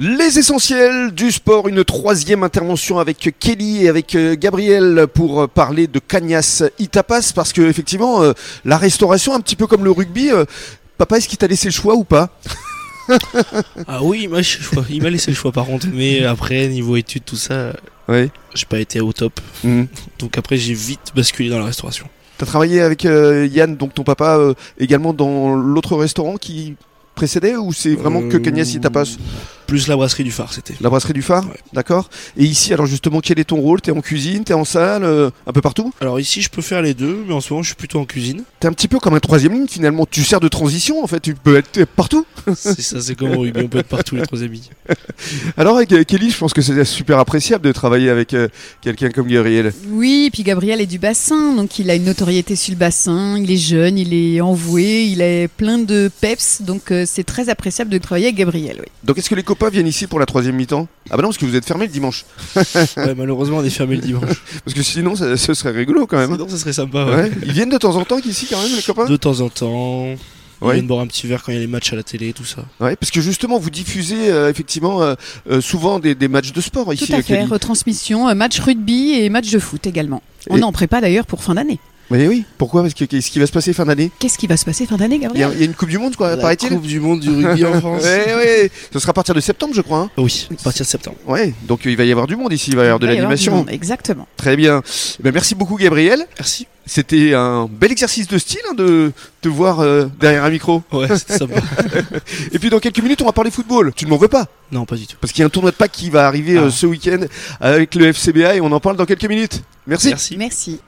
Les essentiels du sport, une troisième intervention avec Kelly et avec euh, Gabriel pour euh, parler de Cagnas Itapas parce que effectivement euh, la restauration un petit peu comme le rugby euh, papa est-ce qu'il t'a laissé le choix ou pas Ah oui, il m'a laissé le choix. Il m'a laissé le choix par contre. Mais après, niveau études, tout ça, Oui. Mhm. j'ai pas été au top. Donc après, j'ai vite basculé dans la restauration. T'as travaillé avec euh, Yann donc ton papa euh, également dans l'autre restaurant qui précédait ou c'est vraiment que Euh, Cagnas Itapas Plus la brasserie du phare, c'était. la brasserie du phare, Ouais. d'accord Et ici alors justement quel est ton rôle T'es en cuisine, t'es en salle, euh, un peu partout Alors ici, je peux faire les deux, mais en ce moment, je suis plutôt en cuisine. T'es un petit peu comme un troisième ligne finalement. Tu sers de transition en fait. Tu peux être partout. C'est ça, c'est comme au rugby, on peut être partout les trois amis. Alors avec euh, Kelly, je pense que c'est super appréciable de travailler avec euh, quelqu'un comme Gabriel. Oui, puis Gabriel est du bassin, donc il a une notoriété sur le bassin, il est jeune, il est envoué, il est plein de peps, donc euh, c'est très appréciable de travailler avec Gabriel, oui. Donc est-ce que les copains viennent ici pour la troisième mi-temps Ah bah non, parce que vous êtes fermé le dimanche. Ouais, malheureusement, on est fermé le dimanche. Parce que sinon, ça- ce serait rigolo quand même. hein. Sinon, ça serait sympa. ouais. Ouais. Ils viennent de temps en temps ici quand même les copains. De temps en temps, on Ouais. vient de boire un petit verre quand il y a les matchs à la télé, tout ça. Ouais, parce que justement, vous diffusez euh, effectivement euh, euh, souvent des, des matchs de sport ici. Tout à euh, fait, Kelly. retransmission, euh, match rugby et match de foot également. On Et- est en prépa d'ailleurs pour fin d'année. Mais oui. Pourquoi Parce que qu'est-ce qui va se passer fin d'année Qu'est-ce qui va se passer fin d'année, Il y, Gabriel a il y a une Coupe du Monde, quoi, la paraît-il. Coupe du Monde du rugby en France. Ouais, ouais. Ce sera à partir de septembre, je crois. hein. Oui, à partir de septembre. Ouais. Donc euh, il va y avoir du monde ici. Il va y avoir de Il va y avoir du l'animation. monde, hein, Exactement. Très bien. Eh ben, merci beaucoup Gabriel. Merci. C'était un bel exercice de style hein, de te voir euh, derrière un micro. Ouais, c'était sympa. Et puis dans quelques minutes on va parler football. Tu ne m'en veux pas non, pas du tout. Parce qu'il y a un tournoi de Pâques qui va arriver Ah. euh, ce week-end avec le FCBA et on en parle dans quelques minutes. Merci. Merci. Merci.